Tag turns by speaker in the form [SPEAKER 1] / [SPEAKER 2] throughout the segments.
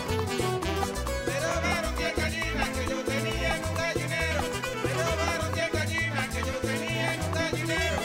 [SPEAKER 1] Me robaron 10 gallinas que yo tenía en un gallinero. Me robaron 10 gallinas que yo tenía en un gallinero.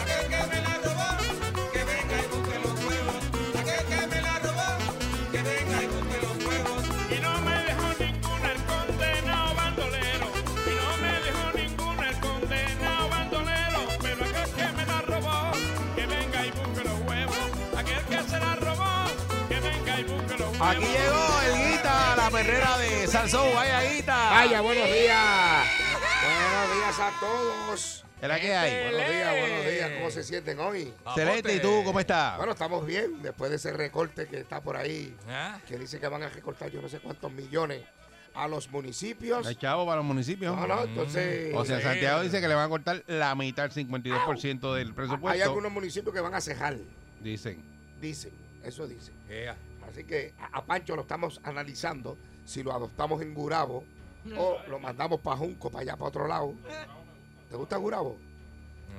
[SPEAKER 1] Aquel que me la robó, que venga y busque los huevos. Aquel que me la robó, que venga y busque los huevos. Y no me dejó ninguna el condenado bandolero. Y no me dejó ninguna el condenado bandolero. Pero aquel que me la robó, que venga y busque los huevos. Aquel que se la robó, que venga y busque los huevos.
[SPEAKER 2] Aquí llegó el Guita, la perrera de Salsou. Vaya Guita.
[SPEAKER 3] Vaya, buenos días. Buenos días a todos.
[SPEAKER 2] ¿Era qué hay?
[SPEAKER 3] Buenos días, buenos días. ¿Cómo se sienten hoy?
[SPEAKER 2] Excelente. ¿Y tú cómo estás?
[SPEAKER 3] Bueno, estamos bien después de ese recorte que está por ahí, que dice que van a recortar yo no sé cuántos millones a los municipios.
[SPEAKER 2] Hay chavo para los municipios.
[SPEAKER 3] No, no, entonces eh,
[SPEAKER 2] O sea, Santiago dice que le van a cortar la mitad, el 52% del presupuesto.
[SPEAKER 3] hay algunos municipios que van a cejar,
[SPEAKER 2] Dicen.
[SPEAKER 3] dicen, eso dicen. Así que a, a Pancho lo estamos analizando si lo adoptamos en Gurabo o lo mandamos para Junco, para allá, para otro lado. ¿Te gusta Gurabo?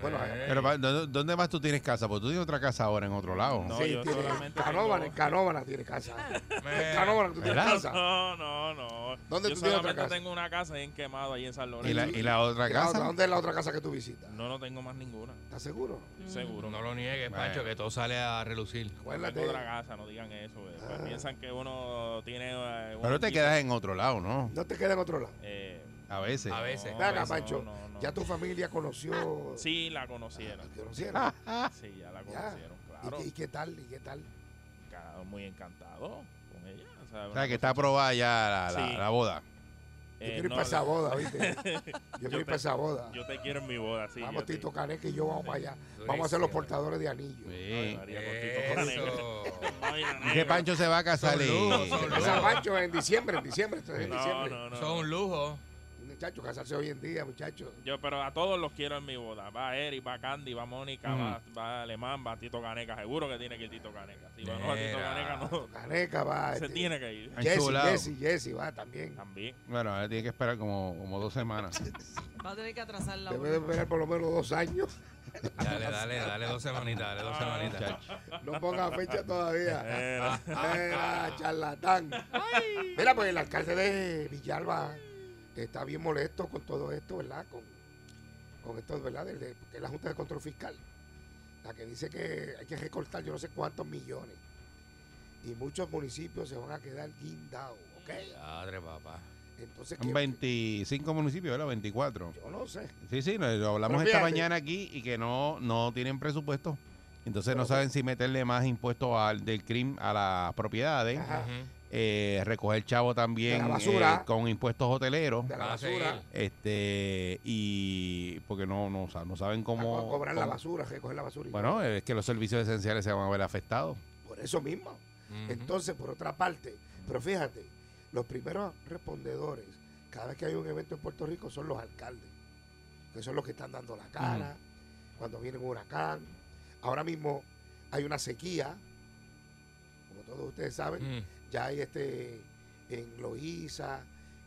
[SPEAKER 3] Bueno, eh,
[SPEAKER 2] Pero, pa- ¿dó- ¿dónde más tú tienes casa? Porque tú tienes otra casa ahora en otro lado.
[SPEAKER 4] No,
[SPEAKER 3] sí,
[SPEAKER 4] yo
[SPEAKER 3] tiene-
[SPEAKER 4] solamente Eh,
[SPEAKER 3] Canóvana,
[SPEAKER 4] tengo-
[SPEAKER 3] en Canóvana tiene casa. En Canóvana tú tienes
[SPEAKER 2] ¿Verdad?
[SPEAKER 3] casa.
[SPEAKER 4] No, no, no.
[SPEAKER 3] ¿Dónde
[SPEAKER 4] yo
[SPEAKER 3] tú tienes
[SPEAKER 4] solamente
[SPEAKER 3] otra casa?
[SPEAKER 4] tengo una casa ahí en quemado, ahí en San Lorenzo.
[SPEAKER 2] ¿Y, la, y la otra
[SPEAKER 3] ¿Y la otra?
[SPEAKER 2] casa?
[SPEAKER 3] ¿Dónde es la otra casa que tú visitas?
[SPEAKER 4] No, no tengo más ninguna,
[SPEAKER 5] Mm.
[SPEAKER 3] ¿Estás seguro?
[SPEAKER 4] seguro.
[SPEAKER 5] No lo niegues,
[SPEAKER 2] Bueno.
[SPEAKER 5] Pancho, que todo sale a relucir.
[SPEAKER 3] Acuérdate.
[SPEAKER 4] tengo otra casa, no digan eso. eh. Pues
[SPEAKER 3] Ah.
[SPEAKER 4] Piensan que uno tiene... eh, uno
[SPEAKER 2] Pero te
[SPEAKER 4] quita-
[SPEAKER 2] quedas en otro lado, ¿no?
[SPEAKER 3] No te quedes en otro lado.
[SPEAKER 4] Eh,
[SPEAKER 2] A veces.
[SPEAKER 5] A veces.
[SPEAKER 4] No,
[SPEAKER 3] Ven acá,
[SPEAKER 4] pues, no,
[SPEAKER 3] Pancho.
[SPEAKER 4] no, no.
[SPEAKER 3] Ya tu familia conoció.
[SPEAKER 4] sí, Ah, la conocieron.
[SPEAKER 3] ¿Te conocieron?
[SPEAKER 4] Sí, ya la
[SPEAKER 3] Ya.
[SPEAKER 4] conocieron,
[SPEAKER 3] ¿Y,
[SPEAKER 4] claro.
[SPEAKER 3] qué- y qué tal? ¿Y qué tal?
[SPEAKER 4] Ca- Muy encantado con ella. O sea,
[SPEAKER 2] O
[SPEAKER 4] una
[SPEAKER 2] sea, que está
[SPEAKER 4] cosa-
[SPEAKER 2] aprobada ya la, la-
[SPEAKER 4] Sí.
[SPEAKER 2] la boda.
[SPEAKER 3] Yo
[SPEAKER 4] eh,
[SPEAKER 3] quiero ir
[SPEAKER 4] no,
[SPEAKER 3] para esa
[SPEAKER 4] la-
[SPEAKER 3] boda, ¿viste? Yo quiero ir
[SPEAKER 4] te-
[SPEAKER 3] para esa boda.
[SPEAKER 4] Yo te quiero en mi boda, sí.
[SPEAKER 3] Vamos,
[SPEAKER 4] yo te-
[SPEAKER 3] Tito Canek y yo vamos para allá. Vamos a
[SPEAKER 5] Durísimo.
[SPEAKER 3] ser los portadores de anillos.
[SPEAKER 2] Sí.
[SPEAKER 4] María, con Tito Canek.
[SPEAKER 5] Eso.
[SPEAKER 4] Ay, la
[SPEAKER 2] ¿Y qué
[SPEAKER 4] negra.
[SPEAKER 2] Pancho se va a casar? y-
[SPEAKER 5] lujos, son
[SPEAKER 3] Esa Pancho en diciembre, en diciembre, esto es en
[SPEAKER 4] No,
[SPEAKER 3] diciembre.
[SPEAKER 4] no, no.
[SPEAKER 5] Son un lujo.
[SPEAKER 3] Muchachos, casarse hoy en día, muchachos.
[SPEAKER 4] Yo, pero a todos los quiero en mi boda. Va Eric, va Candy, va Mónica,
[SPEAKER 5] Mm.
[SPEAKER 2] Ujú.
[SPEAKER 4] va, va Alemán, va Tito Caneca. Seguro que tiene que ir Tito Caneca. Si no, no a Tito
[SPEAKER 5] Mira.
[SPEAKER 4] Caneca, no.
[SPEAKER 3] Caneca va.
[SPEAKER 4] Se
[SPEAKER 3] este,
[SPEAKER 4] tiene que ir.
[SPEAKER 3] Jesse,
[SPEAKER 2] Enchulado.
[SPEAKER 3] Jesse, Jesse va también.
[SPEAKER 4] También.
[SPEAKER 2] Bueno, ahora tiene que esperar como, como dos semanas.
[SPEAKER 6] Va a tener que atrasar la
[SPEAKER 3] Debe de
[SPEAKER 6] boda.
[SPEAKER 3] esperar por lo menos dos años.
[SPEAKER 5] Dale, dale, dale dos semanitas, dale dos semanitas.
[SPEAKER 3] No ponga fecha todavía.
[SPEAKER 4] Eh, no.
[SPEAKER 3] Mira, charlatán. Mira, pues el alcalde de Villalba está bien molesto con todo esto, ¿verdad? Con, con esto, ¿verdad? Del- de- porque es la Junta de Control Fiscal. La que dice que hay que recortar yo no sé cuántos millones. Y muchos municipios se van a quedar guindados, ¿ok?
[SPEAKER 5] Padre, papá.
[SPEAKER 3] Entonces,
[SPEAKER 2] Son
[SPEAKER 3] que-
[SPEAKER 2] 25 municipios, ¿verdad? 24.
[SPEAKER 3] yo no sé.
[SPEAKER 2] Sí, sí, no, lo hablamos
[SPEAKER 3] Pero
[SPEAKER 2] esta
[SPEAKER 3] fíjate.
[SPEAKER 2] mañana aquí y que no, no tienen presupuesto. Entonces
[SPEAKER 3] Pero
[SPEAKER 2] no saben si meterle más impuestos al, del crimen a las propiedades,
[SPEAKER 3] Ajá.
[SPEAKER 2] eh, recoger chavo también
[SPEAKER 3] De la basura.
[SPEAKER 2] eh, con impuestos hoteleros,
[SPEAKER 3] De la
[SPEAKER 5] Va a
[SPEAKER 3] basura.
[SPEAKER 5] seguir.
[SPEAKER 2] este y porque no no, sa- no saben
[SPEAKER 3] Van
[SPEAKER 2] cómo
[SPEAKER 3] a cobrar la
[SPEAKER 2] cómo-
[SPEAKER 3] basura, recoger la basura. y
[SPEAKER 2] Bueno, eh. es que los servicios esenciales se van a ver afectados.
[SPEAKER 3] Por eso mismo.
[SPEAKER 5] Ujú.
[SPEAKER 3] Entonces, por otra parte, pero fíjate, los primeros respondedores, cada vez que hay un evento en Puerto Rico, son los alcaldes, que son los que están dando la cara, cuando viene un huracán. Ahora mismo hay una sequía, como todos ustedes saben,
[SPEAKER 5] Ujú.
[SPEAKER 3] ya hay este en Loíza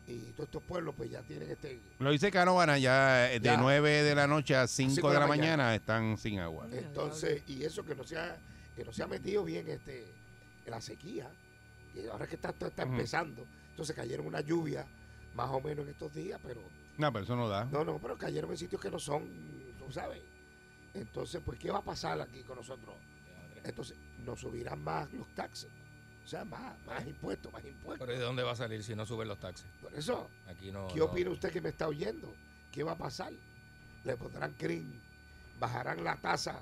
[SPEAKER 3] y todos estos pueblos, pues ya tienen este.
[SPEAKER 2] Lo dice Canovana ya eh, de
[SPEAKER 3] Ya.
[SPEAKER 2] 9 de la noche a 5
[SPEAKER 3] cinco
[SPEAKER 2] de la, mañana. están sin agua.
[SPEAKER 6] Mira,
[SPEAKER 3] Entonces, y eso que no se ha, que no se ha metido bien este, en la sequía, que ahora es que está, todo está
[SPEAKER 2] Ujú.
[SPEAKER 3] empezando. Entonces cayeron una lluvia más o menos en estos días, pero
[SPEAKER 2] No, pero eso no da.
[SPEAKER 3] no, no, pero cayeron en sitios que no son, tú sabes. Entonces, pues, ¿qué va a pasar aquí con nosotros? Entonces, nos subirán más los taxes. O sea, más, más impuestos, más impuestos.
[SPEAKER 5] Pero ¿y de dónde va a salir si no suben los taxis?
[SPEAKER 3] Por eso,
[SPEAKER 5] Aquí Oh, no.
[SPEAKER 3] ¿Qué
[SPEAKER 5] no.
[SPEAKER 3] opina usted que me está oyendo? ¿Qué va a pasar? ¿Le pondrán crin? ¿Bajarán la tasa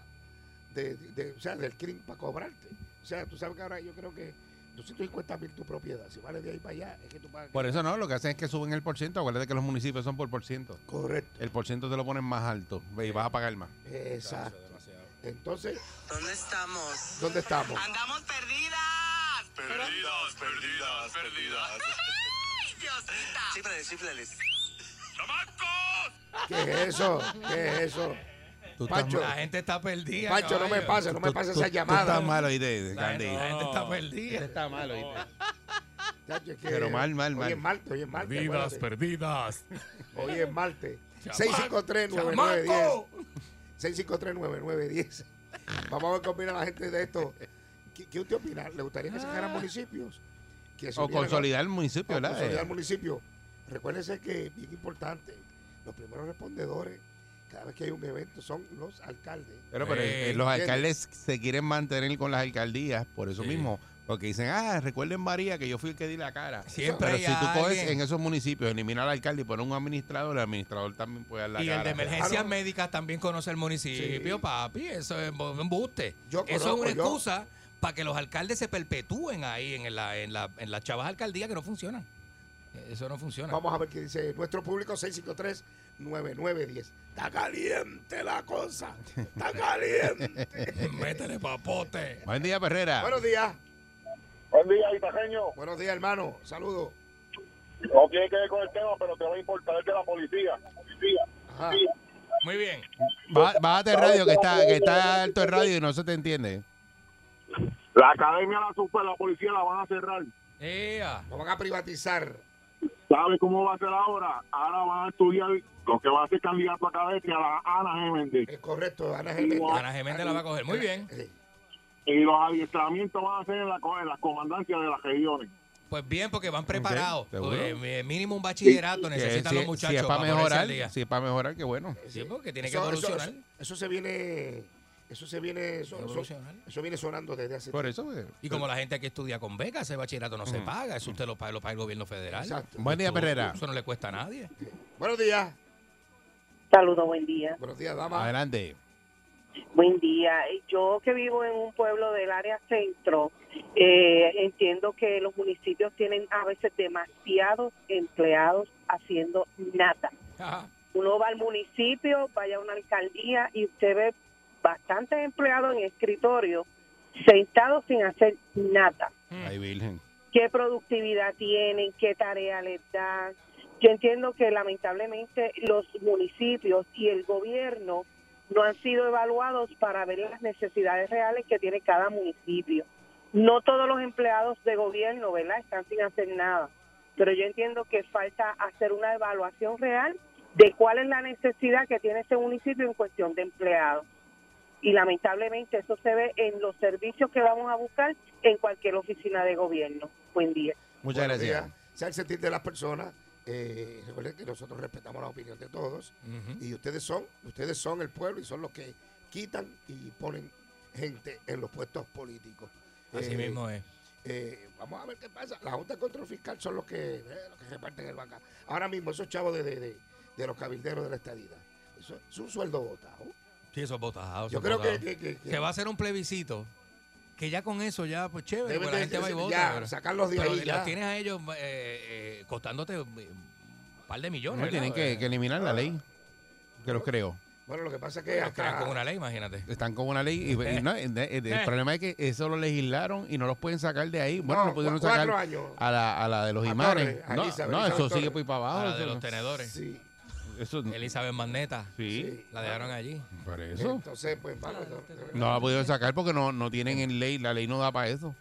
[SPEAKER 3] de, de- o sea, del crin para cobrarte? O sea, tú sabes que ahora yo creo que 250 mil tu propiedad, si vale de ahí para allá, es que tú pagas.
[SPEAKER 2] Por eso no, lo que hacen es que suben el por ciento. Acuérdate que los municipios son por por ciento.
[SPEAKER 3] Correcto.
[SPEAKER 2] El por ciento te lo ponen más alto y vas a pagar más.
[SPEAKER 3] Exacto. Entonces,
[SPEAKER 7] ¿Dónde estamos?
[SPEAKER 3] ¿dónde estamos?
[SPEAKER 7] Andamos perdidas.
[SPEAKER 8] Perdidas, perdidas, perdidas.
[SPEAKER 7] ¡Ay, Diosita! Chífrales, chífrales.
[SPEAKER 8] ¡Chamacos!
[SPEAKER 3] ¿Qué es eso? ¿Qué es eso?
[SPEAKER 2] Tú estás
[SPEAKER 3] Pancho,
[SPEAKER 5] La gente está perdida.
[SPEAKER 3] Pancho, no me
[SPEAKER 5] caballo.
[SPEAKER 3] pases, no me
[SPEAKER 2] Tú-
[SPEAKER 3] pases
[SPEAKER 2] tú-
[SPEAKER 3] esa
[SPEAKER 2] Tú estás
[SPEAKER 3] llamada.
[SPEAKER 2] malo, ¿oíste,
[SPEAKER 5] La
[SPEAKER 2] Candy?
[SPEAKER 5] gente, la gente Este está
[SPEAKER 4] No.
[SPEAKER 5] perdida.
[SPEAKER 2] Está malo,
[SPEAKER 4] No,
[SPEAKER 3] Chacho, es que-
[SPEAKER 2] Pero mal, mal,
[SPEAKER 3] Hoy
[SPEAKER 2] mal.
[SPEAKER 3] es Marte, hoy es Marte.
[SPEAKER 5] Perdidas,
[SPEAKER 3] acuérdate.
[SPEAKER 5] perdidas.
[SPEAKER 3] Hoy es Marte.
[SPEAKER 5] Chamaco,
[SPEAKER 3] 653-9910. 653-9910. Vamos a ver qué opina la gente de esto. ¿Qué, qué usted opina? ¿Le gustaría que sacaran municipios? Que se
[SPEAKER 2] Ah. O
[SPEAKER 3] unieran a-
[SPEAKER 2] consolidar el municipio,
[SPEAKER 3] a
[SPEAKER 2] ¿verdad?
[SPEAKER 3] consolidar
[SPEAKER 2] Eh,
[SPEAKER 3] municipio. Recuérdense que es bien importante, los primeros respondedores, cada vez que hay un evento, son los alcaldes.
[SPEAKER 2] Pero, pero, eh,
[SPEAKER 5] Eh,
[SPEAKER 2] los
[SPEAKER 3] ¿entiendes?
[SPEAKER 2] alcaldes se quieren mantener con las alcaldías por eso
[SPEAKER 5] Sí.
[SPEAKER 2] mismo. Porque dicen, ah, recuerden María que yo fui el que di la cara.
[SPEAKER 5] Siempre
[SPEAKER 2] Pero
[SPEAKER 5] hay
[SPEAKER 2] si tú coges
[SPEAKER 5] alguien.
[SPEAKER 2] en esos municipios, elimina al alcalde y pones un administrador, el administrador también puede dar la
[SPEAKER 5] Y
[SPEAKER 2] cara.
[SPEAKER 5] el de emergencias
[SPEAKER 3] Claro.
[SPEAKER 5] médicas también conoce el municipio,
[SPEAKER 3] Sí.
[SPEAKER 5] papi. Eso es bo- embuste.
[SPEAKER 3] Yo
[SPEAKER 5] eso es
[SPEAKER 3] conozco,
[SPEAKER 5] una
[SPEAKER 3] yo.
[SPEAKER 5] excusa para que los alcaldes se perpetúen ahí en, la, en, la, en las chavas alcaldías que no funcionan. Eso no funciona.
[SPEAKER 3] Vamos a ver qué dice nuestro público 653-9910. Está caliente la cosa. Está caliente.
[SPEAKER 5] Eh, Métele papote.
[SPEAKER 2] Buen día, Perrera.
[SPEAKER 3] Buenos días.
[SPEAKER 9] Buen día, Itajeño.
[SPEAKER 3] Buenos días, hermano. Saludos.
[SPEAKER 9] No tiene que ver con el tema, pero te va a importar que la policía. policía.
[SPEAKER 3] Ajá.
[SPEAKER 5] Muy bien.
[SPEAKER 2] Ba- Bájate el radio, que está, que está alto el radio y no se te entiende.
[SPEAKER 9] La academia la super, la policía la van a cerrar.
[SPEAKER 5] Ea.
[SPEAKER 3] Lo van a privatizar.
[SPEAKER 9] ¿Sabes cómo va a ser ahora? Ahora van a estudiar lo que va a ser candidato a academia, la Ana Geméndez.
[SPEAKER 3] Es correcto, Ana Geméndez. Eh,
[SPEAKER 5] Ana Geméndez la va a coger. Muy bien.
[SPEAKER 3] Sí.
[SPEAKER 9] Y los adiestramientos van a ser en, la, co- en las comandancias de las regiones.
[SPEAKER 5] Pues bien, porque van preparados.
[SPEAKER 2] ¿seguro?
[SPEAKER 5] Pues, eh, mínimo un bachillerato
[SPEAKER 2] Que
[SPEAKER 5] necesitan
[SPEAKER 2] si-
[SPEAKER 5] los muchachos.
[SPEAKER 2] si es para
[SPEAKER 5] ponerse al
[SPEAKER 2] mejorar,
[SPEAKER 5] día.
[SPEAKER 2] si es para mejorar, qué bueno.
[SPEAKER 5] Sí, porque tiene que
[SPEAKER 3] Eso- eso-
[SPEAKER 5] evolucionar.
[SPEAKER 3] Eso, eso se viene. Eso se viene. Eso, eso-
[SPEAKER 5] Evolucionar.
[SPEAKER 3] eso viene sonando desde hace
[SPEAKER 2] Por eso. eh.
[SPEAKER 5] Y como la gente aquí estudia con becas, ese bachillerato no se paga. Eso usted lo paga, lo paga el gobierno federal.
[SPEAKER 3] Exacto.
[SPEAKER 2] Mm. Buen día,
[SPEAKER 5] Eso-
[SPEAKER 2] Perrera.
[SPEAKER 5] Eso no le cuesta a nadie.
[SPEAKER 3] Buenos días.
[SPEAKER 10] Saludos, buen día.
[SPEAKER 3] Buenos días, dama.
[SPEAKER 2] Adelante.
[SPEAKER 10] Buen día. Eh, Yo que vivo en un pueblo del área centro, eh, entiendo que los municipios tienen a veces demasiados empleados haciendo nada.
[SPEAKER 5] Ajá.
[SPEAKER 10] Uno va al municipio, vaya a una alcaldía y usted ve bastantes empleados en escritorio sentados sin hacer nada.
[SPEAKER 5] Hmm.
[SPEAKER 2] Ay, Virgen.
[SPEAKER 10] qué productividad tienen, qué tarea les dan. Yo entiendo que lamentablemente los municipios y el gobierno no han sido evaluados para ver las necesidades reales que tiene cada municipio. No todos los empleados de gobierno, ¿verdad?, están sin hacer nada. Pero yo entiendo que falta hacer una evaluación real de cuál es la necesidad que tiene ese municipio en cuestión de empleados y lamentablemente eso se ve en los servicios que vamos a buscar en cualquier oficina de gobierno. Buen día.
[SPEAKER 2] Muchas
[SPEAKER 3] Buenos
[SPEAKER 2] gracias.
[SPEAKER 3] días. Sea el sentir de las personas. Eh, recuerden que nosotros respetamos la opinión de todos.
[SPEAKER 5] Ujú.
[SPEAKER 3] Y ustedes son, ustedes son el pueblo y son los que quitan y ponen gente en los puestos políticos.
[SPEAKER 5] Así
[SPEAKER 3] Eh,
[SPEAKER 5] mismo es.
[SPEAKER 3] eh, vamos a ver qué pasa. La Junta de Control Fiscal son los que, eh, los que reparten el banca. Ahora mismo, esos chavos de, de, de- de los cabilderos de la estadida. Eso es un sueldo botado.
[SPEAKER 5] Sí, eso es botado.
[SPEAKER 3] Yo creo que, que- que- que
[SPEAKER 5] se va a hacer un plebiscito. Que ya con eso, ya, pues chévere,
[SPEAKER 3] deben
[SPEAKER 5] porque la
[SPEAKER 3] de-
[SPEAKER 5] gente va y
[SPEAKER 3] ya,
[SPEAKER 5] vota. pero-
[SPEAKER 3] sacarlos de
[SPEAKER 5] pero
[SPEAKER 3] ahí.
[SPEAKER 5] los
[SPEAKER 3] ya.
[SPEAKER 5] tienes a ellos eh, eh, costándote eh, un par de millones.
[SPEAKER 2] No, tienen
[SPEAKER 5] ¿verdad?
[SPEAKER 2] que, que eliminar la ley. Que los creo.
[SPEAKER 3] Bueno, lo que pasa es que
[SPEAKER 5] Pero crean
[SPEAKER 3] hasta,
[SPEAKER 5] con una ley, imagínate.
[SPEAKER 2] Están con una ley. Y,
[SPEAKER 5] Eh.
[SPEAKER 2] y no, el, el- el problema es que eso lo legislaron y no los pueden sacar de ahí. Bueno,
[SPEAKER 3] No,
[SPEAKER 2] lo pudieron
[SPEAKER 3] cu- cuatro
[SPEAKER 2] sacar
[SPEAKER 3] años.
[SPEAKER 2] a la, a la de los
[SPEAKER 3] A
[SPEAKER 2] imanes.
[SPEAKER 3] Torres, a
[SPEAKER 2] no,
[SPEAKER 3] Elizabeth,
[SPEAKER 2] no,
[SPEAKER 3] Elizabeth
[SPEAKER 2] eso sigue
[SPEAKER 3] Torres.
[SPEAKER 2] por ahí para
[SPEAKER 5] A
[SPEAKER 2] abajo.
[SPEAKER 5] la de
[SPEAKER 2] Ah, eso-
[SPEAKER 5] los tenedores.
[SPEAKER 3] Sí.
[SPEAKER 2] eso-
[SPEAKER 5] Elizabeth Magneta.
[SPEAKER 2] sí,
[SPEAKER 5] La dejaron allí.
[SPEAKER 2] por eso.
[SPEAKER 3] Entonces, pues, vamos, no-
[SPEAKER 2] No la pudieron sacar porque no, no tienen en ley, la ley no da para eso.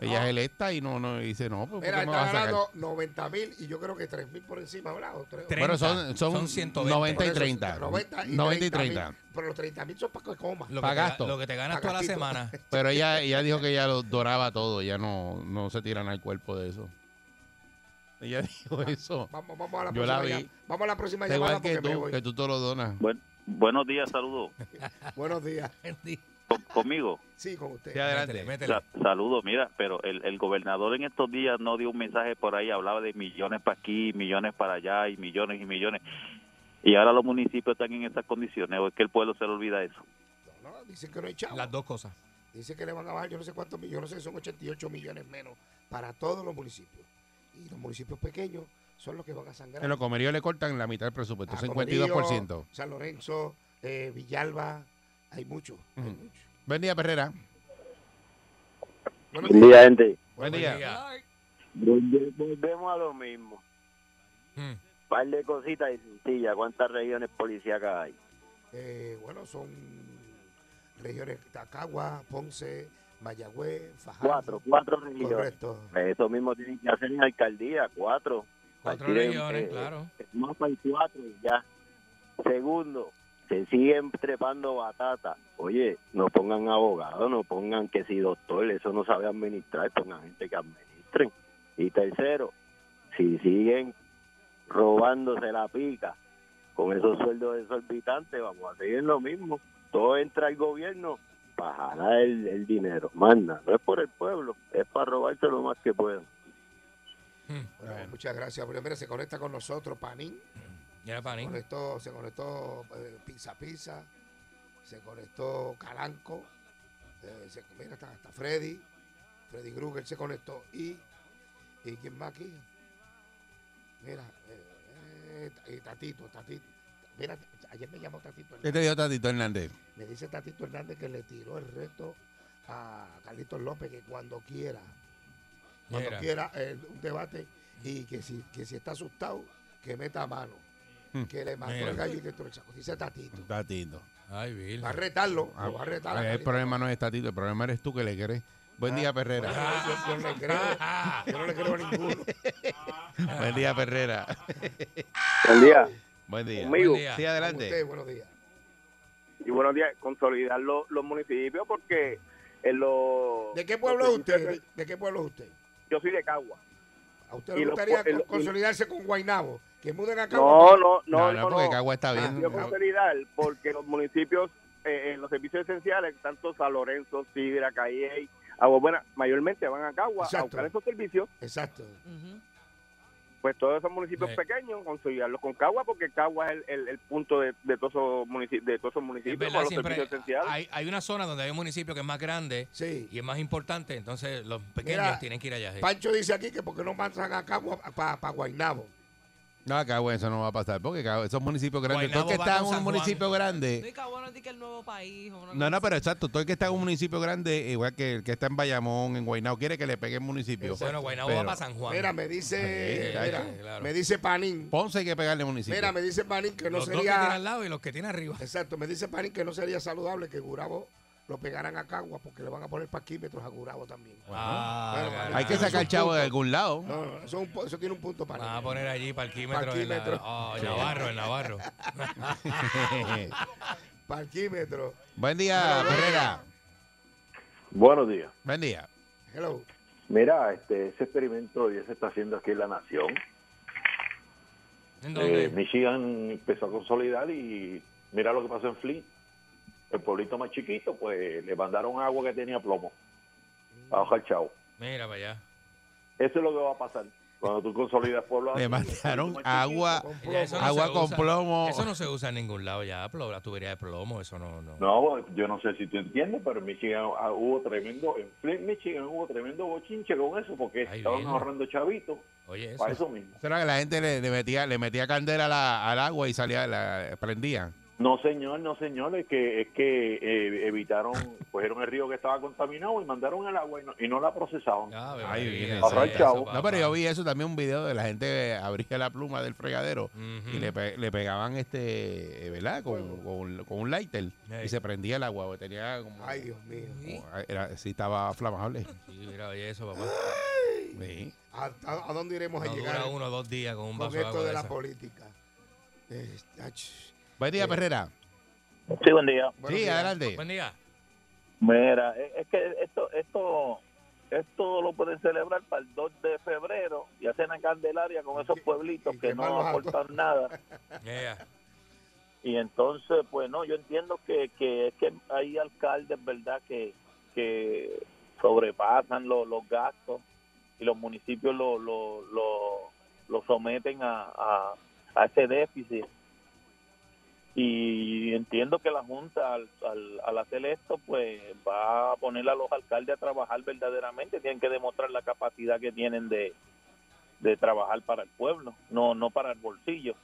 [SPEAKER 5] Ah.
[SPEAKER 2] Ella es electa y no, no dice, no, pues ¿por
[SPEAKER 3] Mira,
[SPEAKER 2] qué me vas
[SPEAKER 3] está
[SPEAKER 2] a sacar?
[SPEAKER 3] ganando 90 mil y yo creo que 3 mil por encima, ¿verdad? O tres-
[SPEAKER 5] Tre-
[SPEAKER 2] Bueno,
[SPEAKER 5] 30,
[SPEAKER 2] son, son,
[SPEAKER 5] son 120.
[SPEAKER 2] 90 y
[SPEAKER 3] por eso,
[SPEAKER 2] 30.
[SPEAKER 3] 90 y
[SPEAKER 2] 90 y
[SPEAKER 3] 30.000,
[SPEAKER 2] 30.
[SPEAKER 3] Pero los 30 mil son para que comas.
[SPEAKER 5] Lo
[SPEAKER 2] Pa'
[SPEAKER 5] que, te,
[SPEAKER 2] gasto.
[SPEAKER 5] ga- lo que te ganas
[SPEAKER 3] Pa'
[SPEAKER 5] toda la
[SPEAKER 3] gastito.
[SPEAKER 5] semana.
[SPEAKER 2] Pero ella, ella dijo que ella lo doraba todo, ya no, no se tiran al cuerpo de eso. Ella dijo eso.
[SPEAKER 3] Vamos, vamos a la
[SPEAKER 2] Yo
[SPEAKER 3] próxima.
[SPEAKER 2] la vi.
[SPEAKER 3] llam- Vamos a la próxima
[SPEAKER 2] Está
[SPEAKER 3] llamada
[SPEAKER 2] igual
[SPEAKER 3] porque
[SPEAKER 2] que
[SPEAKER 3] me
[SPEAKER 2] tú,
[SPEAKER 3] voy.
[SPEAKER 2] que tú todo lo donas.
[SPEAKER 9] buenos días, saludos.
[SPEAKER 3] Buenos días.
[SPEAKER 9] conmigo.
[SPEAKER 3] Sí, con usted.
[SPEAKER 2] Sí, adelante.
[SPEAKER 5] Métele, métele.
[SPEAKER 9] saludos, mira, pero el, el gobernador en estos días no dio un mensaje por ahí, hablaba de millones para aquí, millones para allá y millones y millones. Y ahora los municipios están en esas condiciones, o es que el pueblo se le olvida eso.
[SPEAKER 3] No, no, dicen que no hay chavo.
[SPEAKER 5] Las dos cosas.
[SPEAKER 3] Dicen que le van a bajar, yo no sé cuántos millones, yo no sé, son 88 millones menos para todos los municipios. Y los municipios pequeños son los que van a sangrar.
[SPEAKER 2] En los comeríos le cortan la mitad del presupuesto,
[SPEAKER 3] Ah,
[SPEAKER 2] 52%.
[SPEAKER 3] Comerío, San Lorenzo, eh, Villalba, hay muchos. hay
[SPEAKER 2] Ujú.
[SPEAKER 3] muchos.
[SPEAKER 2] Buen día, Perrera.
[SPEAKER 3] Buenos
[SPEAKER 9] Buen día, gente.
[SPEAKER 2] Buen
[SPEAKER 5] Buen
[SPEAKER 2] día.
[SPEAKER 5] día.
[SPEAKER 9] Volve- Volvemos a lo mismo.
[SPEAKER 5] Mm.
[SPEAKER 9] Par de cositas y sencillas. ¿Cuántas regiones policíacas hay?
[SPEAKER 3] Eh, bueno, son regiones Tacagua, Ponce, Mayagüez, Fajardo.
[SPEAKER 11] Cuatro, cuatro regiones.
[SPEAKER 3] Ah, Correcto.
[SPEAKER 11] Eso mismo tienen que hacer en la alcaldía, cuatro.
[SPEAKER 5] Cuatro
[SPEAKER 11] Partir en-
[SPEAKER 5] regiones,
[SPEAKER 11] eh,
[SPEAKER 5] claro.
[SPEAKER 11] el mapa y cuatro y ya. Segundo, se siguen trepando batata. Oye, no pongan abogado, no pongan que si doctor, eso no sabe administrar, pongan gente que administren. Y tercero, si siguen robándose la pica con esos sueldos desorbitantes, vamos a seguir en lo mismo. Todo entra al gobierno para jalar el, el dinero. Manda, no es por el pueblo, es para robarse lo más que puedan.
[SPEAKER 3] Bueno, Muchas gracias. Bueno, mira, se conecta con nosotros Panín.
[SPEAKER 5] Mira, Panín.
[SPEAKER 3] Se conectó, se conectó eh, Pizza Pizza. Se conectó Calanco. eh, se- mira, está, está Freddy. Freddy Krueger se conectó. ¿Y, y quién más aquí? Mira, eh, eh, y Tatito, Tatito. Mira, ayer me llamó Tatito.
[SPEAKER 2] ¿Qué te dijo Tatito Hernández?
[SPEAKER 3] Me dice Tatito Hernández que le tiró el reto a Carlitos López que cuando quiera, cuando
[SPEAKER 5] Mira.
[SPEAKER 3] quiera eh, un debate y que si, que si está asustado, que meta mano.
[SPEAKER 2] Hmm.
[SPEAKER 3] Que le mató
[SPEAKER 2] Mira.
[SPEAKER 3] el gallo y que el chaco. Dice Tatito.
[SPEAKER 2] Tatito.
[SPEAKER 5] Ay, Bill.
[SPEAKER 3] Va a retarlo, lo va a retar a
[SPEAKER 2] Eh, El
[SPEAKER 3] Carlitos.
[SPEAKER 2] problema no es Tatito, el problema eres tú que le crees. Buen día, Perrera.
[SPEAKER 3] Yo, yo no le creo, yo no le creo a ninguno.
[SPEAKER 2] Buen día, Perrera.
[SPEAKER 12] Buen día.
[SPEAKER 2] Buen día.
[SPEAKER 12] Conmigo.
[SPEAKER 2] Sí, adelante.
[SPEAKER 3] buenos días.
[SPEAKER 12] Y buenos días. Consolidar lo- los municipios porque en los...
[SPEAKER 3] ¿De qué pueblo es usted? ¿De, de qué pueblo es usted?
[SPEAKER 12] Yo soy de Cagua.
[SPEAKER 3] ¿A usted
[SPEAKER 12] Y
[SPEAKER 3] le
[SPEAKER 12] los
[SPEAKER 3] gustaría
[SPEAKER 12] pue- y los-
[SPEAKER 3] con- consolidarse con Guainabo? Que muden a
[SPEAKER 12] No,
[SPEAKER 3] Cagua.
[SPEAKER 12] no, no. Ah,
[SPEAKER 2] no, porque Cagua está bien. Ah,
[SPEAKER 12] Yo consolidar porque los municipios, eh, en los servicios esenciales, tanto San Lorenzo, Sidra, Calle, Agua Buena, mayormente van a Cagua a
[SPEAKER 3] Exacto.
[SPEAKER 12] buscar esos servicios.
[SPEAKER 3] Exacto.
[SPEAKER 12] Pues todos esos municipios
[SPEAKER 3] Sí.
[SPEAKER 12] pequeños, consolidarlos con Cagua porque Cagua es el, el- el punto de, de todos esos municipios, de todos esos municipios
[SPEAKER 5] ¿Verdad?
[SPEAKER 12] para los
[SPEAKER 5] Siempre
[SPEAKER 12] servicios esenciales.
[SPEAKER 5] hay, hay una zona donde hay un municipio que es más grande y es más importante, entonces los pequeños
[SPEAKER 3] Mira,
[SPEAKER 5] tienen que ir allá. sí.
[SPEAKER 3] Pancho dice aquí que porque no mandan a Cagua para Guainabo.
[SPEAKER 2] No, Cagua, eso no va a pasar, porque Cagua- esos municipios grandes. Todo el
[SPEAKER 5] Guaynabo
[SPEAKER 2] que
[SPEAKER 5] va
[SPEAKER 2] está en
[SPEAKER 5] con
[SPEAKER 2] un
[SPEAKER 5] San
[SPEAKER 2] municipio grande.
[SPEAKER 6] No, y Cabo no es de que el nuevo país. o una
[SPEAKER 2] No, no,
[SPEAKER 6] cosa
[SPEAKER 2] pero exacto, todo el que está en un municipio grande, igual que el que está en Bayamón, en Guaynao, quiere que le pegue el municipio.
[SPEAKER 5] Bueno, Guaynabo va
[SPEAKER 2] Pero-
[SPEAKER 5] para San Juan.
[SPEAKER 3] Mira, me dice,
[SPEAKER 2] Sí,
[SPEAKER 3] mira,
[SPEAKER 2] sí, claro.
[SPEAKER 3] me dice Panín.
[SPEAKER 2] Ponce hay que pegarle al municipio.
[SPEAKER 3] Mira, me dice Panín que no
[SPEAKER 5] Los dos que
[SPEAKER 3] sería.
[SPEAKER 5] tiene al lado y los que tiene arriba.
[SPEAKER 3] Exacto, me dice Panín que no sería saludable que Gurabo lo pegaran a Cagua porque le van a poner parquímetros a Gurabo también.
[SPEAKER 5] Ah,
[SPEAKER 3] Bueno,
[SPEAKER 5] claro.
[SPEAKER 3] Panín,
[SPEAKER 2] hay que
[SPEAKER 3] eso es
[SPEAKER 2] sacar
[SPEAKER 3] un
[SPEAKER 2] chavo de
[SPEAKER 3] punto.
[SPEAKER 2] algún lado.
[SPEAKER 3] No, no, eso, es un pu- eso tiene un punto Panín.
[SPEAKER 5] Van a poner allí parquímetro. en la-
[SPEAKER 3] Parquímetro.
[SPEAKER 5] oh,
[SPEAKER 3] Sí.
[SPEAKER 5] Navarro, el Navarro.
[SPEAKER 3] Parquímetro.
[SPEAKER 2] Buen día, Perrera.
[SPEAKER 13] Buenos días.
[SPEAKER 2] Buen día.
[SPEAKER 3] Hello.
[SPEAKER 13] Mira, este, ese experimento ya se está haciendo aquí en la nación.
[SPEAKER 5] ¿En
[SPEAKER 13] Eh, Michigan empezó a consolidar y mira lo que pasó en Flint. El pueblito más chiquito, pues le mandaron agua que tenía plomo. Bajo al chavo.
[SPEAKER 5] Mira para allá.
[SPEAKER 13] Eso es lo que va a pasar cuando tú consolidas pueblos.
[SPEAKER 2] Le
[SPEAKER 13] así,
[SPEAKER 2] mandaron
[SPEAKER 13] pueblito más
[SPEAKER 2] agua,
[SPEAKER 13] chiquito.
[SPEAKER 5] Ya eso no
[SPEAKER 2] agua
[SPEAKER 5] se
[SPEAKER 2] con
[SPEAKER 5] usa.
[SPEAKER 2] plomo.
[SPEAKER 5] Eso no se usa en ningún lado ya, plo- la tubería de plomo, eso no. no.
[SPEAKER 13] No, yo no sé si tú entiendes, pero en Michigan ah, hubo tremendo, en Flint, Michigan hubo tremendo bochinche con eso porque estaban
[SPEAKER 5] bien.
[SPEAKER 13] ahorrando chavitos
[SPEAKER 5] Oye,
[SPEAKER 13] para
[SPEAKER 5] eso-
[SPEAKER 13] eso mismo.
[SPEAKER 2] Eso era que la gente le, le metía, le metía candela a la- al agua y salía, la, prendía.
[SPEAKER 13] No, señor, no, señor, es que, es que eh, evitaron, cogieron el río que estaba contaminado y mandaron el agua y no, y no la procesaron.
[SPEAKER 2] Ahí viene
[SPEAKER 13] Ahorrar
[SPEAKER 2] eso.
[SPEAKER 13] chavo.
[SPEAKER 2] No, pero yo vi eso también, un video de la gente abría la pluma del fregadero y le, pe- le pegaban este, eh, ¿verdad? Con, con- con un lighter y se prendía el agua. porque Tenía como,
[SPEAKER 3] Ay, Dios mío.
[SPEAKER 2] como- era, sí, estaba flamable.
[SPEAKER 5] Sí, mira, oye, eso, papá.
[SPEAKER 2] Sí.
[SPEAKER 3] ¿A, a- a dónde iremos a
[SPEAKER 5] No
[SPEAKER 3] llegar?
[SPEAKER 5] dura uno o dos días con un vaso
[SPEAKER 3] con
[SPEAKER 5] de
[SPEAKER 3] esto
[SPEAKER 5] agua
[SPEAKER 3] de
[SPEAKER 5] de
[SPEAKER 3] la
[SPEAKER 5] esa.
[SPEAKER 3] política. Eh, ach,
[SPEAKER 2] Buen
[SPEAKER 3] Eh,
[SPEAKER 2] día, Perrera.
[SPEAKER 11] Sí, buen día.
[SPEAKER 2] Sí, adelante.
[SPEAKER 5] Buen día.
[SPEAKER 11] Mira, es es que esto, esto, esto lo pueden celebrar para el 2 de febrero y hacen a Candelaria con esos pueblitos que no
[SPEAKER 13] quemarlos a
[SPEAKER 11] aportan nada.
[SPEAKER 5] Yeah.
[SPEAKER 11] Y entonces, pues no, yo entiendo que, que es que hay alcaldes, ¿verdad?, que, que sobrepasan lo- los gastos y los municipios lo, lo, lo, lo someten a, a, a ese déficit. Y entiendo que la Junta, al, al, al hacer esto, pues va a poner a los alcaldes a trabajar verdaderamente. Tienen que demostrar la capacidad que tienen de, de trabajar para el pueblo, no, no para el bolsillo.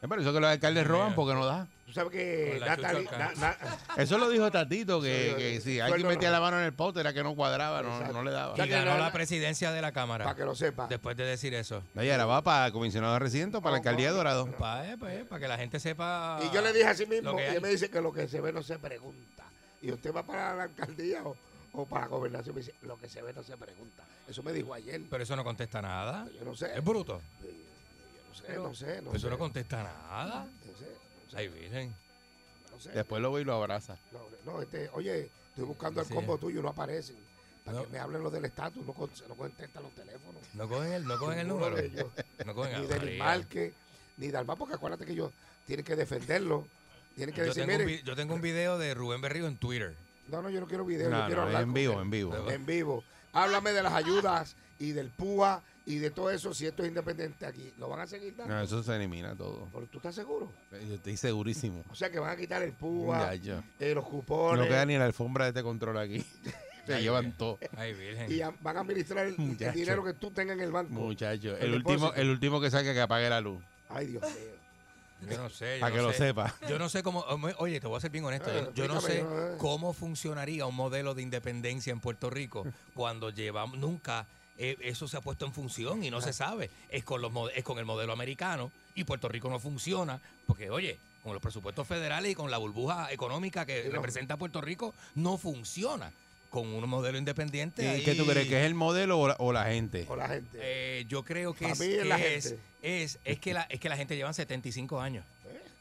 [SPEAKER 2] Es por eso que los alcaldes roban porque no da.
[SPEAKER 3] Tú sabes que
[SPEAKER 11] Con la
[SPEAKER 3] Natalie,
[SPEAKER 11] chucha
[SPEAKER 3] na-
[SPEAKER 11] al
[SPEAKER 3] na-
[SPEAKER 2] Eso lo dijo Tatito, que,
[SPEAKER 3] Sí, sí.
[SPEAKER 2] que si
[SPEAKER 3] Sueldo
[SPEAKER 2] alguien metía
[SPEAKER 3] no.
[SPEAKER 2] la mano en el pote era que no cuadraba, no, no le daba.
[SPEAKER 5] Y ganó la presidencia de la Cámara. Para
[SPEAKER 3] que lo sepa.
[SPEAKER 5] Después de decir eso.
[SPEAKER 2] No, y ahora va para comisionado residente o para la alcaldía de Dorado.
[SPEAKER 5] Para, para eh, que la gente sepa.
[SPEAKER 3] Y yo le dije así mismo,
[SPEAKER 5] lo
[SPEAKER 3] y
[SPEAKER 5] que hay.
[SPEAKER 3] él me dice que lo que se ve no se pregunta. Y usted va para la alcaldía o, o para la gobernación, me dice, lo que se ve no se pregunta. Eso me dijo ayer.
[SPEAKER 5] Pero eso no contesta nada.
[SPEAKER 3] Yo no sé.
[SPEAKER 5] Es bruto.
[SPEAKER 3] No sé, no sé, no
[SPEAKER 5] Pero eso
[SPEAKER 3] sé.
[SPEAKER 5] no contesta nada.
[SPEAKER 3] No sé,
[SPEAKER 5] Ay, virgen.
[SPEAKER 3] no sé.
[SPEAKER 2] Después lo ve y lo abraza.
[SPEAKER 3] No, no, este, oye, estoy buscando el
[SPEAKER 5] Sí.
[SPEAKER 3] combo tuyo, no aparecen. Para
[SPEAKER 5] No.
[SPEAKER 3] que me hablen lo del estatus, no, con- no contestan los teléfonos.
[SPEAKER 5] No cogen el, no cogen el
[SPEAKER 3] Ninguno
[SPEAKER 5] número.
[SPEAKER 3] de ellos.
[SPEAKER 5] No cogen
[SPEAKER 3] ni
[SPEAKER 5] el
[SPEAKER 3] del Marque, ni Dalma, porque acuérdate que ellos tienen que defenderlo. Tienen que
[SPEAKER 5] Yo
[SPEAKER 3] decir,
[SPEAKER 5] tengo, un,
[SPEAKER 3] mire,
[SPEAKER 5] vi- yo tengo un video de Rubén Berrío en Twitter.
[SPEAKER 3] no, no, yo no quiero video,
[SPEAKER 5] No,
[SPEAKER 3] yo quiero
[SPEAKER 5] no,
[SPEAKER 3] hablar.
[SPEAKER 5] en
[SPEAKER 3] con
[SPEAKER 5] vivo,
[SPEAKER 3] él.
[SPEAKER 5] en vivo.
[SPEAKER 3] En vivo. Háblame de las ayudas y del PUA y de todo eso, si esto es independiente aquí. ¿Lo van a seguir dando?
[SPEAKER 2] No, eso se elimina todo.
[SPEAKER 3] Pero tú estás seguro.
[SPEAKER 2] Yo estoy segurísimo.
[SPEAKER 3] O sea que van a quitar el PUA,
[SPEAKER 2] Ya, ya.
[SPEAKER 3] eh, los
[SPEAKER 2] No
[SPEAKER 3] cupones.
[SPEAKER 2] queda ni la alfombra de este control aquí. Se
[SPEAKER 3] Ay,
[SPEAKER 2] llevan
[SPEAKER 3] virgen.
[SPEAKER 2] todo.
[SPEAKER 5] Ay, virgen.
[SPEAKER 3] y a- van a administrar el, el
[SPEAKER 2] Muchacho.
[SPEAKER 3] dinero que tú tengas en el banco.
[SPEAKER 2] Muchacho,
[SPEAKER 3] El
[SPEAKER 2] el último,
[SPEAKER 3] depósito.
[SPEAKER 2] el último que saque que apague la luz.
[SPEAKER 3] Ay, Dios mío.
[SPEAKER 5] Yo no sé. yo
[SPEAKER 2] Para
[SPEAKER 5] no
[SPEAKER 2] que lo
[SPEAKER 5] sé.
[SPEAKER 2] sepa.
[SPEAKER 5] Yo no sé cómo. Oye, te voy a ser bien honesto.
[SPEAKER 2] Eh,
[SPEAKER 5] Yo, yo no sé
[SPEAKER 2] explícame, yo, eh.
[SPEAKER 5] cómo funcionaría un modelo de independencia en Puerto Rico cuando llevamos. Nunca eh, eso se ha puesto en función y no se sabe. Es con, los, mo- es con el modelo americano y Puerto Rico no funciona porque, oye. Con los presupuestos federales y con la burbuja económica que representa Puerto Rico, no funciona. Con un modelo independiente.
[SPEAKER 2] ¿Y
[SPEAKER 5] Este ahí- eh,
[SPEAKER 2] qué tú crees? ¿Que es el modelo o la, o la gente?
[SPEAKER 3] gente.
[SPEAKER 5] yo creo que,
[SPEAKER 2] Pa'
[SPEAKER 5] es,
[SPEAKER 2] mí es la
[SPEAKER 5] que
[SPEAKER 2] gente.
[SPEAKER 5] es, es- es que la, es que la gente lleva 75 años.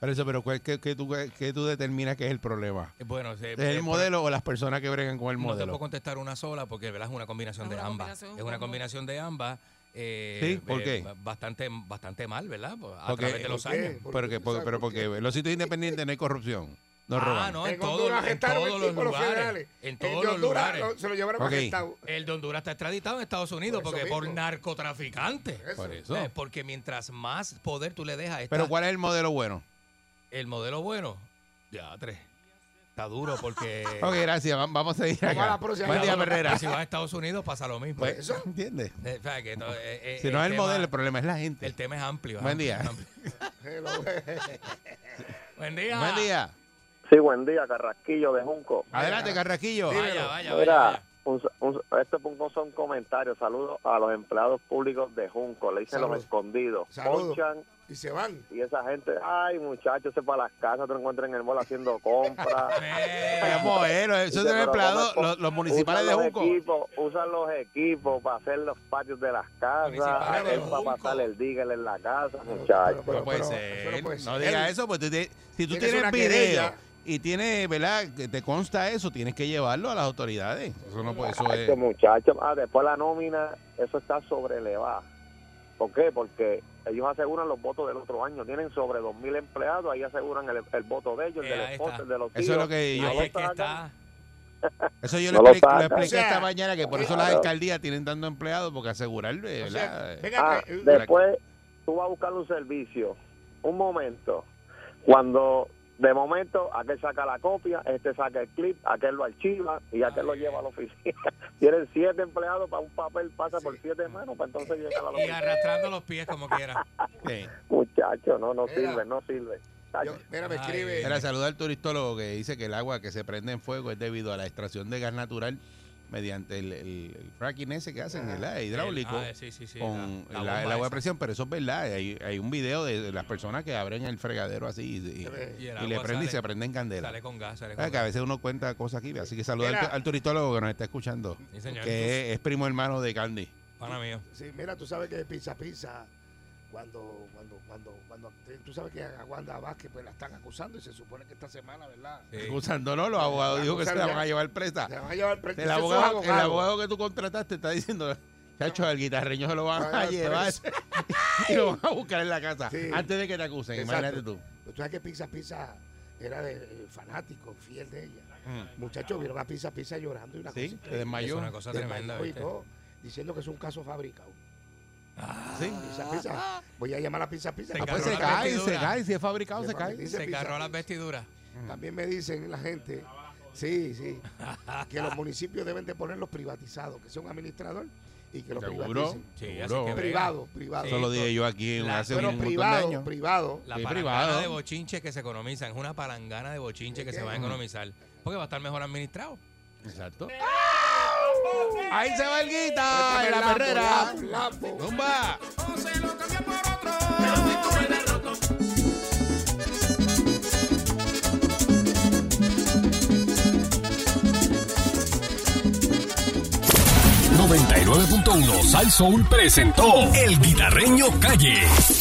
[SPEAKER 2] Por eso, pero ¿cuál- ¿qué, qué tú, qué tú determinas que es el problema?
[SPEAKER 5] Eh, Bueno, eh,
[SPEAKER 2] ¿Es
[SPEAKER 5] eh,
[SPEAKER 2] el
[SPEAKER 5] por-
[SPEAKER 2] modelo o las personas que bregan con el
[SPEAKER 5] No te puedo
[SPEAKER 2] modelo?
[SPEAKER 5] contestar una sola porque ¿verdad? es una combinación de ambas. Es una combinación de ambas. eh,
[SPEAKER 2] Sí, ¿por
[SPEAKER 5] eh,
[SPEAKER 2] qué?
[SPEAKER 5] ba- Bastante, bastante mal, ¿verdad? Pues, A
[SPEAKER 2] Porque-
[SPEAKER 5] través de los años.
[SPEAKER 2] Pero, que, porque, pero porque en los sitios independientes no hay corrupción. No
[SPEAKER 5] Ah,
[SPEAKER 2] roban.
[SPEAKER 5] no, en En todo- Honduras en estaron todos el los tipo, los lugares, federales. en El todos de los Honduras lugares. lo- se lo llevaron
[SPEAKER 2] Ok.
[SPEAKER 5] arrestado. El de Honduras está extraditado en Estados Unidos
[SPEAKER 2] Por eso
[SPEAKER 5] porque por
[SPEAKER 2] mismo.
[SPEAKER 5] narcotraficante.
[SPEAKER 2] Por eso.
[SPEAKER 5] Eh, porque mientras más poder tú le dejas a esta-
[SPEAKER 2] Pero ¿cuál es el modelo bueno?
[SPEAKER 5] el modelo bueno, ya tres. Está duro porque.
[SPEAKER 2] Ok, gracias. va- Vamos a seguir
[SPEAKER 5] Eh, Vamos a
[SPEAKER 2] acá.
[SPEAKER 5] la próxima.
[SPEAKER 2] Buen día,
[SPEAKER 5] Bueno,
[SPEAKER 2] Perrera.
[SPEAKER 5] Si vas a Estados Unidos pasa lo mismo.
[SPEAKER 2] Pues, ¿Entiendes?
[SPEAKER 5] Eh, o sea, que no, eh, eh,
[SPEAKER 2] Si no es el
[SPEAKER 5] tema-
[SPEAKER 2] modelo, el problema es la gente.
[SPEAKER 5] El tema es amplio.
[SPEAKER 2] Buen
[SPEAKER 5] amplio,
[SPEAKER 2] día.
[SPEAKER 5] amplio. Buen día.
[SPEAKER 2] Buen día.
[SPEAKER 11] Sí, buen día, Carrasquillo de Junco.
[SPEAKER 2] Adelante, Carraquillo.
[SPEAKER 11] Mira, un- un- esto es un, son comentarios. Saludos a los empleados públicos de Junco. Le dicen
[SPEAKER 3] Saludos.
[SPEAKER 11] los escondidos.
[SPEAKER 3] Saludos.
[SPEAKER 11] Ponchan
[SPEAKER 3] Y se van.
[SPEAKER 11] y esa gente. Ay, muchachos, se para las casas, te encuentran en el mall haciendo compras.
[SPEAKER 2] Pero, modelo, eso es
[SPEAKER 11] Dice,
[SPEAKER 2] el
[SPEAKER 11] pero
[SPEAKER 2] empleado,
[SPEAKER 11] ¿cómo es
[SPEAKER 2] los, los municipales de
[SPEAKER 11] usan los
[SPEAKER 2] Junco.
[SPEAKER 11] equipos- usan los equipos para hacer los patios de las casas,
[SPEAKER 2] Municipales de
[SPEAKER 11] es para pasar el digger en la casa, muchachos.
[SPEAKER 2] No puede ser. No
[SPEAKER 11] ser.
[SPEAKER 2] digas eso, pues tú tienes- si tú
[SPEAKER 11] Tienes
[SPEAKER 2] tienes
[SPEAKER 11] una
[SPEAKER 2] video
[SPEAKER 11] querella.
[SPEAKER 2] y tienes, ¿verdad? Que te consta eso, tienes que llevarlo a las autoridades. Eso no puede, eso es.
[SPEAKER 11] Muchachos, muchachos, ah, después la nómina, eso está sobrelevada. ¿Por qué? Porque ellos aseguran los votos del otro año. Tienen sobre 2.000 empleados, ahí aseguran el, el voto de ellos, el
[SPEAKER 5] Eh,
[SPEAKER 11] del
[SPEAKER 5] ahí
[SPEAKER 11] esposo,
[SPEAKER 5] está.
[SPEAKER 11] el de los Ah,
[SPEAKER 2] Eso es
[SPEAKER 11] hijos.
[SPEAKER 2] lo que
[SPEAKER 11] Y
[SPEAKER 2] yo-
[SPEAKER 11] no lo
[SPEAKER 2] Ahí es que
[SPEAKER 11] sacan.
[SPEAKER 5] está.
[SPEAKER 2] Eso yo
[SPEAKER 11] No
[SPEAKER 2] lo
[SPEAKER 11] lo
[SPEAKER 2] expliqué, lo
[SPEAKER 11] sacan.
[SPEAKER 2] expliqué
[SPEAKER 11] O sea, eh,
[SPEAKER 2] esta mañana, que por eso las
[SPEAKER 11] claro.
[SPEAKER 2] alcaldías tienen tanto empleado, porque asegurar, ¿verdad?
[SPEAKER 11] Ah, después tú vas a buscar un servicio. Un momento. Cuando de momento aquel saca la copia, este saca el clip, aquel lo archiva y aquel
[SPEAKER 5] Ah,
[SPEAKER 11] lo lleva a
[SPEAKER 5] eh.
[SPEAKER 11] la oficina. Tienen siete empleados para un papel, pasa por siete manos para entonces llegar a la
[SPEAKER 5] Eh, Y
[SPEAKER 11] oficina.
[SPEAKER 5] arrastrando los pies como quiera.
[SPEAKER 2] Este,
[SPEAKER 11] Muchacho, no, no sirve, no sirve.
[SPEAKER 3] Mira, me
[SPEAKER 5] Ay,
[SPEAKER 3] escribe.
[SPEAKER 2] Era saludar al turistólogo que dice que el agua que se prende en fuego es debido a la extracción de gas natural mediante el, el- el fracking ese que hacen, ¿verdad? Hidráulico.
[SPEAKER 5] El- ah, sí, sí, sí,
[SPEAKER 2] con
[SPEAKER 5] la- la
[SPEAKER 2] la- el agua
[SPEAKER 5] bomba esa.
[SPEAKER 2] de presión, pero eso es verdad. Hay, hay un video de, de las personas que abren el fregadero así y, y-
[SPEAKER 5] Y el
[SPEAKER 2] y
[SPEAKER 5] agua
[SPEAKER 2] le prende y
[SPEAKER 5] sale-
[SPEAKER 2] se prende en candela.
[SPEAKER 5] sale con gas, sale con
[SPEAKER 2] Ah, que a
[SPEAKER 5] gas.
[SPEAKER 2] veces uno cuenta cosas aquí, así que saludar al,
[SPEAKER 3] Mira.
[SPEAKER 2] al turistólogo que nos está escuchando,
[SPEAKER 5] Sí, señor.
[SPEAKER 2] que es, es primo hermano de Candy.
[SPEAKER 5] Pana mío.
[SPEAKER 3] Sí, mira, tú sabes que Pizza Pizza, cuando, cuando, cuando, cuando, eh, tú sabes que a Wanda Vázquez pues la están acusando y se supone que esta semana, ¿verdad?
[SPEAKER 2] Acusando, ¿no? Los abogados dijo que se la van a llevar presa.
[SPEAKER 3] Se la van a llevar presa.
[SPEAKER 2] El
[SPEAKER 3] Esos
[SPEAKER 2] abogado, el
[SPEAKER 3] abogados.
[SPEAKER 2] abogado que tú contrataste está diciendo, chacho, al guitarreño se lo van
[SPEAKER 3] Van
[SPEAKER 2] a
[SPEAKER 3] a
[SPEAKER 2] llevar
[SPEAKER 3] preso".
[SPEAKER 2] y lo van a buscar en la casa
[SPEAKER 3] Sí.
[SPEAKER 2] antes de que te acusen.
[SPEAKER 3] Exacto.
[SPEAKER 2] Imagínate tú.
[SPEAKER 3] Pero tú sabes que Pizza Pizza era de, eh, fanático, fiel de ella. Muchachos, vieron a Pizza Pizza llorando y una
[SPEAKER 2] Sí,
[SPEAKER 3] cosa.
[SPEAKER 2] se
[SPEAKER 3] increíble.
[SPEAKER 2] desmayó. Es una cosa
[SPEAKER 3] Desmayó
[SPEAKER 2] tremenda,
[SPEAKER 3] y
[SPEAKER 2] ¿viste?
[SPEAKER 3] todo, diciendo que es un caso fabricado.
[SPEAKER 5] Ah,
[SPEAKER 2] Sí.
[SPEAKER 3] Pizza Pizza. Voy a llamar a Pizza Pizza.
[SPEAKER 2] Ah, pues se cae, se cae. Si es fabricado, se cae.
[SPEAKER 3] Dice
[SPEAKER 5] Se
[SPEAKER 3] Pizza
[SPEAKER 5] cargó las
[SPEAKER 3] Pizza.
[SPEAKER 5] vestiduras.
[SPEAKER 3] Mm. También me dicen la gente, sí, sí, que los municipios deben de ponerlos privatizados, que sea un administrador y que los
[SPEAKER 2] Seguro.
[SPEAKER 3] privaticen.
[SPEAKER 2] seguro.
[SPEAKER 3] Privado, privado.
[SPEAKER 2] Eso lo dije yo aquí en-
[SPEAKER 5] La-
[SPEAKER 2] hace
[SPEAKER 5] pero
[SPEAKER 2] un montón de
[SPEAKER 5] privado,
[SPEAKER 2] años.
[SPEAKER 3] privado.
[SPEAKER 5] La
[SPEAKER 2] Sí,
[SPEAKER 5] palangana
[SPEAKER 2] privado.
[SPEAKER 5] de bochinche que se economiza. Es una palangana de bochinche que se va a economizar. Porque va a estar mejor administrado.
[SPEAKER 2] Exacto. Ahí se va el guita en Este la perrera. ¡Tumba!
[SPEAKER 13] 99.1 Sal Soul presentó El Guitarreño Calle.